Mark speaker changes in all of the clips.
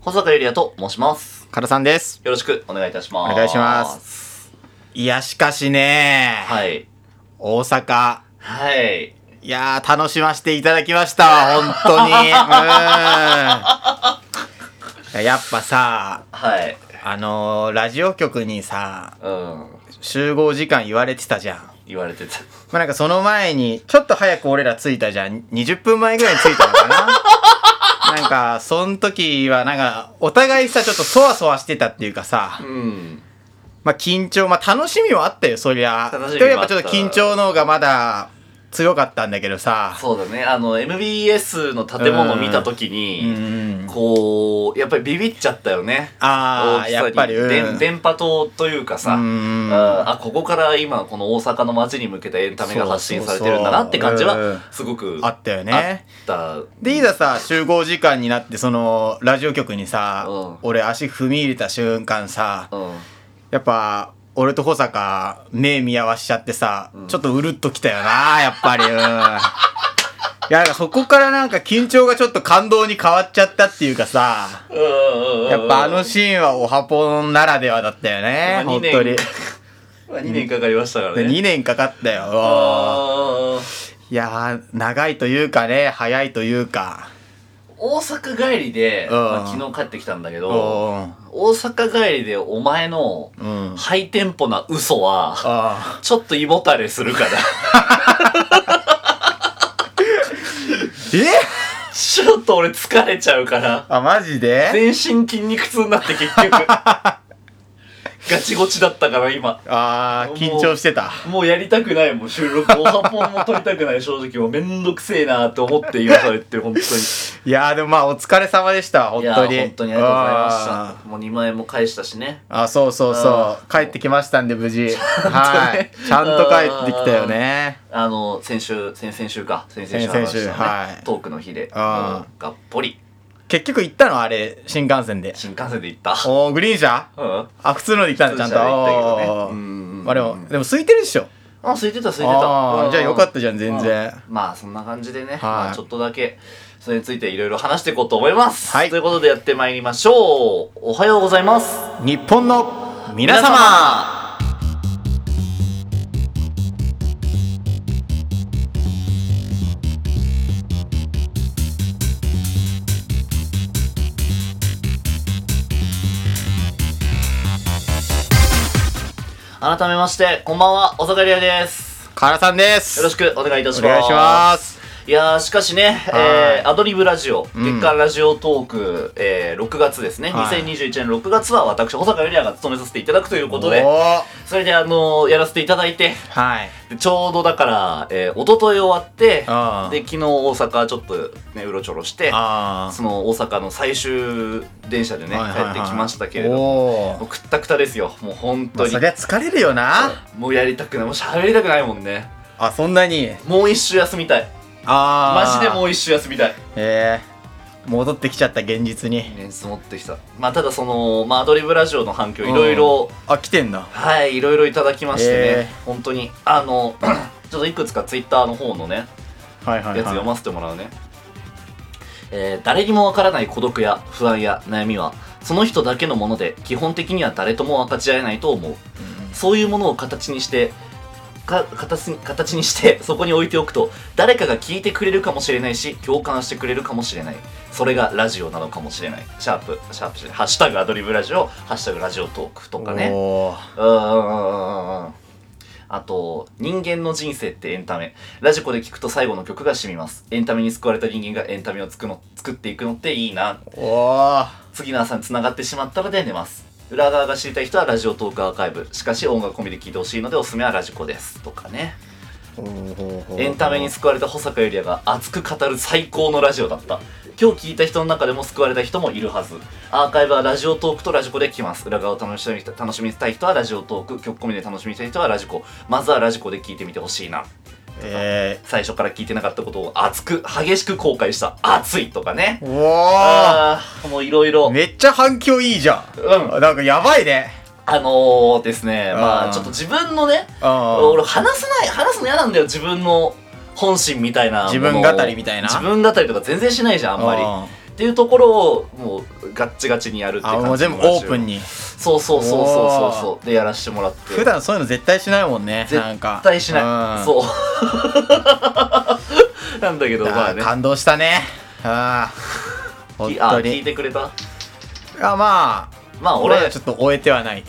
Speaker 1: 保坂ゆりやと申します。
Speaker 2: カラさんです。
Speaker 1: よろしくお願いいたします。
Speaker 2: お願いします。いや、しかしね、
Speaker 1: はい。
Speaker 2: 大阪、
Speaker 1: はい。
Speaker 2: いやー、楽しませていただきましたわ、本当に。うーん。やっぱさ、
Speaker 1: はい。
Speaker 2: あのーラジオ局にさ、
Speaker 1: うん。
Speaker 2: 集合時間言われてたじゃん。
Speaker 1: 言われてた。
Speaker 2: まあなんかその前に、ちょっと早く俺ら着いたじゃん。20分前ぐらいに着いたの かな。なんか、その時は、なんか、お互いさ、ちょっとそわそわしてたっていうかさ、
Speaker 1: うん。
Speaker 2: まあ緊張、まあ楽しみはあったよ、そりゃ。
Speaker 1: 楽しみはあった
Speaker 2: でもやっぱちょっと緊張の方がまだ強かったんだけどさ。
Speaker 1: そうだね。あの、MBS の建物見たときに、
Speaker 2: ん。
Speaker 1: こう、やっぱりビビっちゃったよね。
Speaker 2: あ
Speaker 1: 大き
Speaker 2: あ、
Speaker 1: さに
Speaker 2: やっぱり、うん。
Speaker 1: でん電波塔というかさ、
Speaker 2: うん
Speaker 1: うんあここから今この大阪の街に向けたエンタメが発信されてるんだなって感じ
Speaker 2: そうそうそう
Speaker 1: は
Speaker 2: う
Speaker 1: すごく
Speaker 2: あったよね。
Speaker 1: あっ
Speaker 2: で、いざさ、集合時間になって、その、ラジオ局にさ、
Speaker 1: うん
Speaker 2: 俺足踏み入れた瞬間さ
Speaker 1: た、うん
Speaker 2: やっぱ、俺と保坂、目見合わしちゃってさ、
Speaker 1: うん
Speaker 2: ちょっとうるっときたよな、やっぱり。うん。いや、なんかそこからなんか緊張がちょっと感動に変わっちゃったっていうかさ、やっぱあのシーンはおはぽんならではだったよね、
Speaker 1: まあ
Speaker 2: 本
Speaker 1: 二年
Speaker 2: 当 に。
Speaker 1: 2年かかりましたからね
Speaker 2: 2年かかっ たよ。
Speaker 1: あー
Speaker 2: いやー、長いというかね、早いというか。
Speaker 1: 大阪帰りで、
Speaker 2: うん
Speaker 1: まあ昨日帰ってきたんだけど
Speaker 2: うん。
Speaker 1: 大阪帰りでお前の
Speaker 2: うん。
Speaker 1: ハイテンポな嘘は
Speaker 2: あ
Speaker 1: ちょっと胃もたれするから
Speaker 2: え
Speaker 1: ちょっと俺疲れちゃうから
Speaker 2: あ、マジで
Speaker 1: 全身筋肉痛になって結 局ガチゴチだったから今
Speaker 2: あー、緊張してた。
Speaker 1: もうやりたくないもん収録おはぽんも撮りたくない正直もうめんどくせえなって思って今それって本当に
Speaker 2: いやー、でもまあ、お疲れ様でした、本
Speaker 1: いや
Speaker 2: 当に。
Speaker 1: 本当にありがとうございま
Speaker 2: あ
Speaker 1: したもう2万円も返したしね
Speaker 2: ー。あ、そうそうそう。帰ってきましたんで、無事。はい。ちゃんと帰ってきたよね。
Speaker 1: あの先週先々週か先々週
Speaker 2: 先々
Speaker 1: 話
Speaker 2: 週
Speaker 1: した、ね
Speaker 2: はい
Speaker 1: トークの日でもう
Speaker 2: あ
Speaker 1: がっぽり
Speaker 2: 結局行ったのあれ、新幹線で。
Speaker 1: 新幹線で行った
Speaker 2: おー、グリーン車
Speaker 1: うん
Speaker 2: あ、普通ので行ったんだ、ちゃん
Speaker 1: 普通車
Speaker 2: と。
Speaker 1: で行ったけ
Speaker 2: お
Speaker 1: どねうんうんう
Speaker 2: ー
Speaker 1: ん
Speaker 2: まあでも、でも空いてるでしょ。
Speaker 1: あ空いてた空いて
Speaker 2: あ
Speaker 1: た
Speaker 2: ー
Speaker 1: うん
Speaker 2: じゃあよかったじゃん全然
Speaker 1: うんまあそんな感じでね、まあ、ちょ
Speaker 2: は
Speaker 1: っとだけそれについていろいろ話していこうと思います、
Speaker 2: はい
Speaker 1: ということでやってまいりましょうおはようございます
Speaker 2: い。日本の皆様
Speaker 1: 改めましてこんばんはおさかりやです
Speaker 2: カラさんです。
Speaker 1: よろしくお願いいたします
Speaker 2: お願いします。
Speaker 1: いやーしかしね、
Speaker 2: はい
Speaker 1: えー、アドリブラジオ、
Speaker 2: うん
Speaker 1: 月間ラジオトーク、えー、6月ですね、
Speaker 2: はい
Speaker 1: 2021年6月は私保坂ゆりやが務めさせていただくということで
Speaker 2: おー
Speaker 1: それであのーやらせていただいて
Speaker 2: はい。
Speaker 1: でちょうどだから、えー、一昨日終わって
Speaker 2: あー
Speaker 1: で昨日大阪ちょっとねうろちょろして
Speaker 2: あ
Speaker 1: その大阪の最終電車でね、
Speaker 2: ーはいはいはい
Speaker 1: 帰ってきましたけれども
Speaker 2: おー
Speaker 1: もうくったくたですよもう本
Speaker 2: ま
Speaker 1: 当
Speaker 2: あ
Speaker 1: に、
Speaker 2: そりゃ疲れるよな。
Speaker 1: もうやりたくないもう喋りたくないもんね
Speaker 2: あ、そんなに。
Speaker 1: もう一周休みたい
Speaker 2: あー
Speaker 1: マジでもう一周休みたい
Speaker 2: えー、戻ってきちゃった現実に
Speaker 1: レンズ持ってきたまあただその、まあ、アドリブラジオの反響いろいろ
Speaker 2: あ来てんだ
Speaker 1: はいいろいろいただきましてね、
Speaker 2: え
Speaker 1: 本当にあの ちょっといくつかツイッターの方のね
Speaker 2: はいは
Speaker 1: やつ読ませてもらうね、えー誰にもわからない孤独や不安や悩みはその人だけのもので基本的には誰とも分かち合えないと思うそういうものを形にしてか形に形にしてそこに置いておくと誰かが聞いてくれるかもしれないし共感してくれるかもしれないそれがラジオなのかもしれないシャープシャープじゃないハッシュタグアドリブラジオハッシュタグラジオトークとかね
Speaker 2: おー
Speaker 1: うんうんうんうんうんあと人間の人生ってエンタメラジコで聞くと最後の曲が染みますエンタメに救われた人間がエンタメを作の作っていくのっていいな
Speaker 2: おー
Speaker 1: 次の朝に繋がってしまったので寝ます裏側が知りたい人はラジオトークアーカイブしかし音楽込みで聴いてほしいのでおすすめはラジコですとかねエンタメに救われた保坂ゆりやが熱く語る最高のラジオだった今日聞いた人の中でも救われた人もいるはずアーカイブはラジオトークとラジコで聞きます裏側を楽しみ楽しみたい人はラジオトーク曲込みで楽しみたい人はラジコまずはラジコで聞いてみてほしいな
Speaker 2: え
Speaker 1: 最初から聞いてなかったことを熱く激しく後悔した熱いとかね
Speaker 2: ー、お
Speaker 1: ああもういろいろ
Speaker 2: ーめっちゃ反響いいじゃん
Speaker 1: うん
Speaker 2: なんかやばいね
Speaker 1: あのー、ですねまあ
Speaker 2: あー
Speaker 1: ちょっと自分のね
Speaker 2: うん
Speaker 1: 俺話さない話すの嫌なんだよ自分の本心みたいなものを
Speaker 2: 自分語りみたいな
Speaker 1: 自分語りとか全然しないじゃんあんまり
Speaker 2: うん
Speaker 1: っていうところをもうガッチガチにやるっていう
Speaker 2: あ
Speaker 1: 感じ
Speaker 2: もう全部オープン
Speaker 1: に
Speaker 2: に
Speaker 1: そうそうそうそうそうそうでやらしてもらって
Speaker 2: 普段そういうの絶対しないもんねなん
Speaker 1: 絶
Speaker 2: か
Speaker 1: 対しない、
Speaker 2: うん
Speaker 1: そう なんだけど
Speaker 2: だ
Speaker 1: まあね
Speaker 2: 感動したねああ本
Speaker 1: きあ
Speaker 2: 当
Speaker 1: 聞い
Speaker 2: に
Speaker 1: てくれた
Speaker 2: あまあ
Speaker 1: まあ
Speaker 2: 俺
Speaker 1: 俺
Speaker 2: はちょっと終えてはない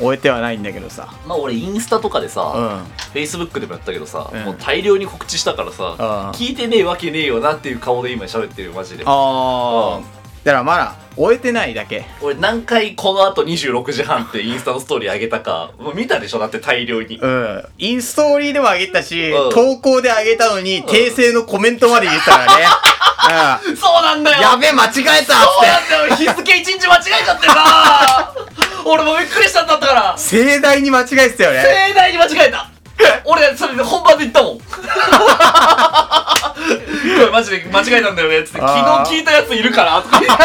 Speaker 2: 終えてはないんだけどさ
Speaker 1: まあ俺インスタとかでさ、
Speaker 2: うん
Speaker 1: Facebook でもやったけどさ、
Speaker 2: うん
Speaker 1: もう大量に告知したからさ、
Speaker 2: あ
Speaker 1: 聞いてねえわけねえよなっていう顔で今喋ってるよマジで
Speaker 2: あ
Speaker 1: うん
Speaker 2: ーだからまだ終えてないだけ
Speaker 1: 俺何回この後26時半ってインスタのストーリー上げたかもう見たでしょだって大量に
Speaker 2: うんインストーリーでもあげたし、
Speaker 1: うん
Speaker 2: 投稿であげたのに、訂正のコメントまで入れてたからね、うん
Speaker 1: そうなんだよ
Speaker 2: やべ間違えたっ
Speaker 1: そう
Speaker 2: て
Speaker 1: なんだよ日付一日間違えちゃって さ俺もびっくりしたんだったから
Speaker 2: 盛大に間違えてたよね
Speaker 1: 盛大に間違え た俺それで本番で言ったもん これマジで間違えたんだよねっつって昨
Speaker 2: あー
Speaker 1: 日聞いたやついる からとか言って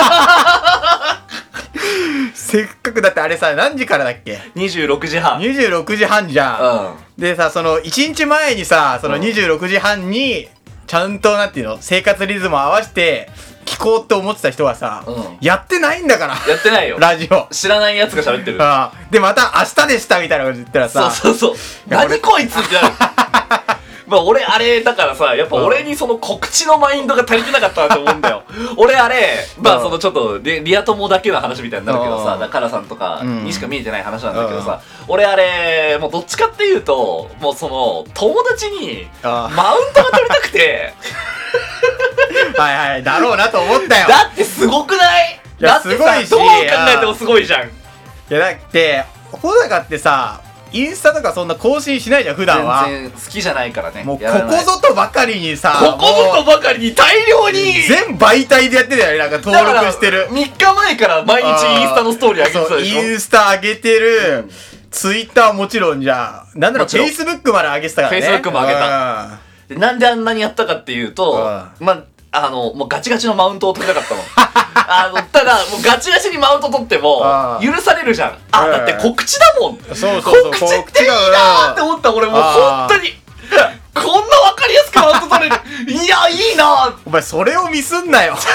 Speaker 2: せっかくだってあれさ何時からだっけ
Speaker 1: 26時半
Speaker 2: 26時半じゃん、
Speaker 1: う
Speaker 2: でさその1日前にさその26時半にちゃんとなんていうの生活リズムを合わせて聞こうって思ってた人はさ、
Speaker 1: うん
Speaker 2: やってないんだから
Speaker 1: んやってないよ
Speaker 2: ラジオ
Speaker 1: 知らないやつが喋ってる
Speaker 2: ああでまた明日でしたみたいなこと言ったら
Speaker 1: そう
Speaker 2: さ
Speaker 1: そうそう
Speaker 2: いや
Speaker 1: 何
Speaker 2: 俺
Speaker 1: こいつってな るまあ俺あれだからさやっぱ俺にその告知のマインドが足りてなかったなと思うんだよ 俺あれま
Speaker 2: う
Speaker 1: あ
Speaker 2: ん
Speaker 1: そのちょっとリリア友だけの話みたいになるけど
Speaker 2: う
Speaker 1: さ
Speaker 2: ん
Speaker 1: だからさんとか
Speaker 2: うん
Speaker 1: にしか見えてない話なんだけどさ俺あれもうどっちかっていうともうその友達にマ
Speaker 2: あ
Speaker 1: ウントが取りたく て
Speaker 2: はいはいだろうなと思 ったよ
Speaker 1: だってすごくない
Speaker 2: いや
Speaker 1: だって
Speaker 2: すごい
Speaker 1: さ
Speaker 2: し
Speaker 1: どう考えてもすごいじゃん
Speaker 2: いやだって穂高ってさインスタとかそんな更新しないじゃん普段は
Speaker 1: 全然好きじゃないからね
Speaker 2: もうこ
Speaker 1: やらない
Speaker 2: こぞとばかりにさ
Speaker 1: ここぞと
Speaker 2: も
Speaker 1: ばかりに大量
Speaker 2: う
Speaker 1: に
Speaker 2: 全媒体でやってたよねなんか登録してる
Speaker 1: 3日前から毎日インスタのストーリー上げてたでし
Speaker 2: そうイ
Speaker 1: ょ
Speaker 2: ンスタ上げてる、
Speaker 1: うん
Speaker 2: ツイッターもちろんじゃあなんだ
Speaker 1: も
Speaker 2: ろうフ
Speaker 1: ちろ
Speaker 2: ェ
Speaker 1: ん
Speaker 2: イスブックまで上げてたからね
Speaker 1: Facebook も上げ
Speaker 2: た
Speaker 1: でなんであんなにやったかっていうと
Speaker 2: う
Speaker 1: まああのもうガチガチのマウントを取りたかったの あのただもうガチガチにマウント取っても
Speaker 2: うん
Speaker 1: 許されるじゃんあ
Speaker 2: うん
Speaker 1: だって告知だもん告
Speaker 2: そうそうそう
Speaker 1: 知っていいなーって思った俺もう本当にこんな分かりやすくマウント取れるいやいいなー
Speaker 2: お前それをミスんな よ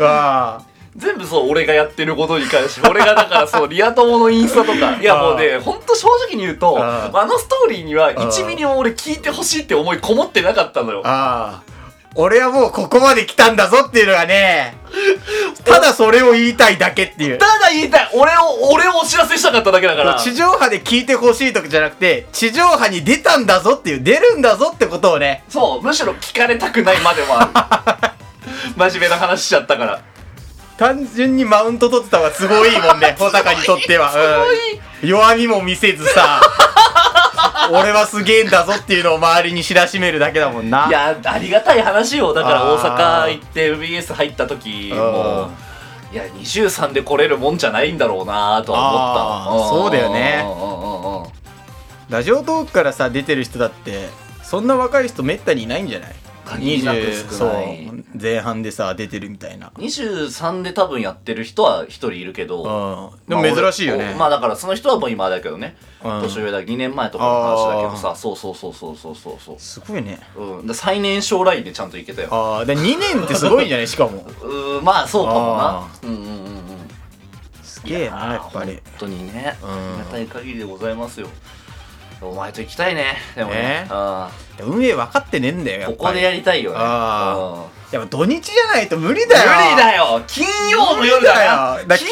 Speaker 2: ああ
Speaker 1: 全部そう俺がやってることに関して 俺がだからそうリア友のインスタとかいやもうねほんと正直に言うと
Speaker 2: あ
Speaker 1: あのストーリーには
Speaker 2: あ
Speaker 1: 1ミリも俺聞いてほしいって思いこもってなかったのよ
Speaker 2: ああ俺はもうここまで来たんだぞっていうの がねただそれを言いたいだけっていう
Speaker 1: ただ言いたい俺を俺をお知らせしたかっただけだから
Speaker 2: 地上波で聞いてほしいとかじゃなくて地上波に出たんだぞっていう出るんだぞってことをね
Speaker 1: そうむしろ聞かれたくないまでもあ る真面目な話しちゃったから
Speaker 2: 単純にマウント取ってた方が都合いいも んね穂高にとっては、うん、弱みも見せずさ 俺はすげえんだぞっていうのを周りに知らしめるだけだもんない
Speaker 1: やありがたい話よだから
Speaker 2: あ
Speaker 1: 大
Speaker 2: ー
Speaker 1: 阪行って MBS 入った時
Speaker 2: うん
Speaker 1: もいや23で来れるもんじゃないんだろうなとは思った
Speaker 2: あーそうだよね
Speaker 1: うんうんうんうん
Speaker 2: ラジオトークからさ出てる人だってそんな若い人めったにいないんじゃない
Speaker 1: 限りなく少ない
Speaker 2: 20そう前半でさ出てるみたいな
Speaker 1: 23で多分やってる人は一人いるけ
Speaker 2: う
Speaker 1: ど、
Speaker 2: んでも珍しいよ
Speaker 1: まあ
Speaker 2: ね
Speaker 1: 俺まあだからその人はもう今だけどね、
Speaker 2: うん
Speaker 1: 年上だ2年前とかの話だけどさそうそうそうそうそうそうそ
Speaker 2: すごいね
Speaker 1: う、うん、で最年少ラインでちゃんといけたよ
Speaker 2: ああで2年ってすごいんじゃないしかも
Speaker 1: うーまあそうかも
Speaker 2: あ
Speaker 1: なうんうんうんうん
Speaker 2: すげえなやっぱり
Speaker 1: 本当にね
Speaker 2: うん
Speaker 1: ありがたい限りでございますよお前と行きたいねでもね
Speaker 2: ね
Speaker 1: あ
Speaker 2: 運営分かってねえんだよやっ
Speaker 1: こ
Speaker 2: ぱ
Speaker 1: こで
Speaker 2: り
Speaker 1: やりたいよね
Speaker 2: あ
Speaker 1: うん
Speaker 2: やっぱ土日じゃないと無理
Speaker 1: 無
Speaker 2: だよ
Speaker 1: 理だよ金曜の夜だ
Speaker 2: 無理だよ
Speaker 1: よ
Speaker 2: だ金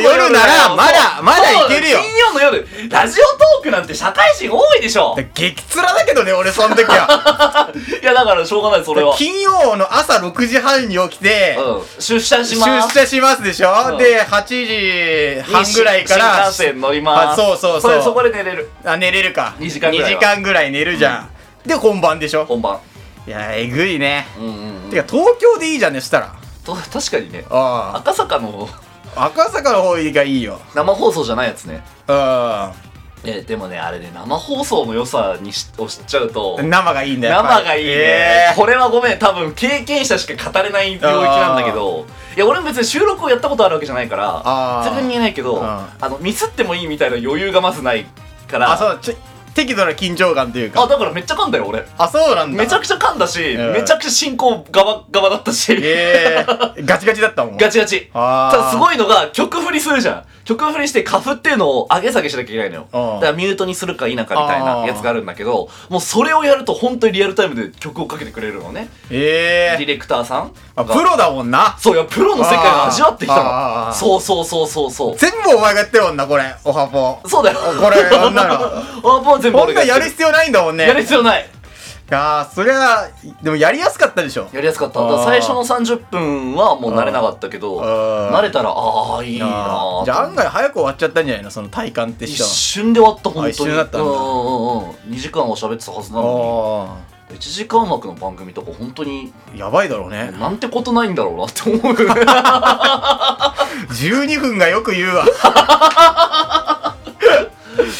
Speaker 2: 曜の夜ならまだまだいけるよ
Speaker 1: 金曜の夜ラジオトークなんて社会人多いでしょ
Speaker 2: だ激辛だけどね俺その時 は
Speaker 1: いやだからしょうがないそれは
Speaker 2: 金曜の朝6時半に起きて、
Speaker 1: うん出社し
Speaker 2: 出
Speaker 1: ます
Speaker 2: 社しますでしょ、
Speaker 1: うん
Speaker 2: で8時半ぐらいから
Speaker 1: 新幹線乗ります
Speaker 2: あそうそうそう
Speaker 1: それそこで寝れる
Speaker 2: あ寝れるか
Speaker 1: 二時間ぐらいは
Speaker 2: 二時間ぐらい寝るじゃん、で本番でしょ
Speaker 1: 本番
Speaker 2: いやえぐいね、
Speaker 1: うんうんうん
Speaker 2: てか東京でいいじゃんねしたら
Speaker 1: と確かにね
Speaker 2: あ
Speaker 1: 赤坂の
Speaker 2: あ赤坂の方がいいよ
Speaker 1: 生放送じゃないやつね
Speaker 2: う
Speaker 1: えでもねあれね生放送の良さにしを知っちゃうと
Speaker 2: ん生がいいんだよやっぱり
Speaker 1: 生がいいね、
Speaker 2: ええ
Speaker 1: これはごめん多分経験者しか語れない領域なんだけどいや俺も別に収録をやったことあるわけじゃないから
Speaker 2: あー
Speaker 1: 自分に言えないけど
Speaker 2: うん
Speaker 1: あのミスってもいいみたいな余裕がまずないか
Speaker 2: あ
Speaker 1: ら
Speaker 2: そうちょ適度な緊張感という
Speaker 1: あ
Speaker 2: か
Speaker 1: だからめっちゃ噛んだよ俺
Speaker 2: あそうなんだ
Speaker 1: めちゃくちゃ噛んだし、
Speaker 2: うん
Speaker 1: めちゃくちゃ進行ガバガバだったし、
Speaker 2: えー、ガチガチだったもん
Speaker 1: ガチガチ
Speaker 2: あ
Speaker 1: ただすご
Speaker 2: い
Speaker 1: いのが曲振りするじゃん曲振りしてカフっていうのを上げ下げしなきゃいけないのよだ
Speaker 2: ああ
Speaker 1: からミュートにするか否かみたいなやつがあるんだけどもうそれをやると本当にリアルタイムで曲をかけてくれるのね
Speaker 2: え
Speaker 1: ディ
Speaker 2: ー、
Speaker 1: レクターさん
Speaker 2: あ
Speaker 1: が
Speaker 2: プロだもんな
Speaker 1: そういやプロの世界を味わってきたの
Speaker 2: ああ
Speaker 1: そうそうそうそうそう
Speaker 2: 全部お前がやってるもんなこれおはぽ
Speaker 1: そうだよ
Speaker 2: これあんなの
Speaker 1: あもう全部
Speaker 2: こん
Speaker 1: 俺
Speaker 2: な
Speaker 1: が
Speaker 2: や
Speaker 1: や
Speaker 2: る必要ないんだもんね
Speaker 1: やる必要ない
Speaker 2: いやーそりゃでもやりやすかったでしょ
Speaker 1: やりやすかっただから
Speaker 2: ああ
Speaker 1: 最初の30分はもう慣れなかったけど
Speaker 2: ああ
Speaker 1: 慣れたらああいいな
Speaker 2: あ
Speaker 1: あ
Speaker 2: ーじゃあ案外早く終わっちゃったんじゃないのその体感って
Speaker 1: 一
Speaker 2: 人は
Speaker 1: 瞬で終わった本当
Speaker 2: あ
Speaker 1: に
Speaker 2: 一瞬だったんだ
Speaker 1: うんうんうんうん2時間は喋ってたはずなのに
Speaker 2: あ
Speaker 1: 1時間枠の番組とか本当に
Speaker 2: ーやばいだろうね
Speaker 1: なんてことないんだろうなって思う
Speaker 2: 12分がよく言うわ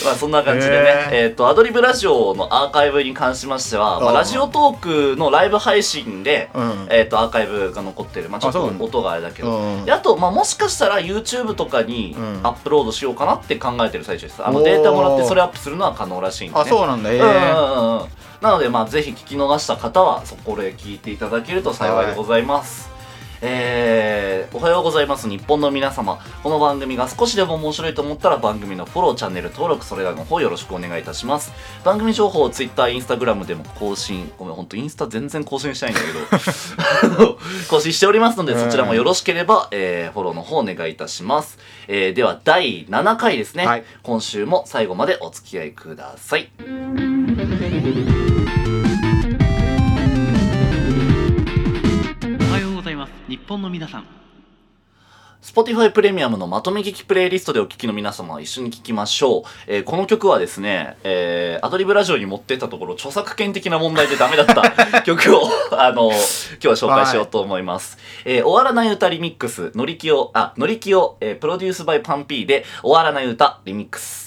Speaker 1: まあそんな感じでね、
Speaker 2: へ
Speaker 1: えーとアドリブラジオのアーカイブに関しましては、まあ
Speaker 2: あー
Speaker 1: ラジオトークのライブ配信で、
Speaker 2: うん
Speaker 1: えー、とアーカイブが残ってる、まあ、ちょっと
Speaker 2: あそうなんだ
Speaker 1: 音があれだけど。
Speaker 2: うん
Speaker 1: であと、まあ、もしかしたら YouTube とかに
Speaker 2: うん
Speaker 1: アップロードしようかなって考えてる最中です。あの
Speaker 2: おー
Speaker 1: データもらってそれアップするのは可能らしいんで、ね。
Speaker 2: あそうなんだええ
Speaker 1: うんうんうんうんなのでまあぜひ聞き逃した方はそこで聞いていただけると幸いでございます、えーおはようございます日本の皆様この番組が少しでも面白いと思ったら番組のフォローチャンネル登録それらの方よろしくお願いいたします番組情報を Twitter、Instagram でも更新ごめんほんとインスタ全然更新してないんだけど あの更新しておりますのでそちらもよろしければ、えーフォローの方お願いいたします、えーでは第7回ですね、
Speaker 2: はい
Speaker 1: 今週も最後までお付き合いください
Speaker 3: おはようございます日本の皆さん
Speaker 1: Spotify プレミアムのまとめ聞きプレイリストでお聞きの皆様一緒に聞きましょう、えーこの曲はですね、えーアドリブラジオに持ってったところ著作権的な問題でダメだった曲をあの今日は紹介しようと思います、えー終わらない歌リミックスのりきよあのりきよ、えープロデュースバイパンピーで終わらない歌リミックス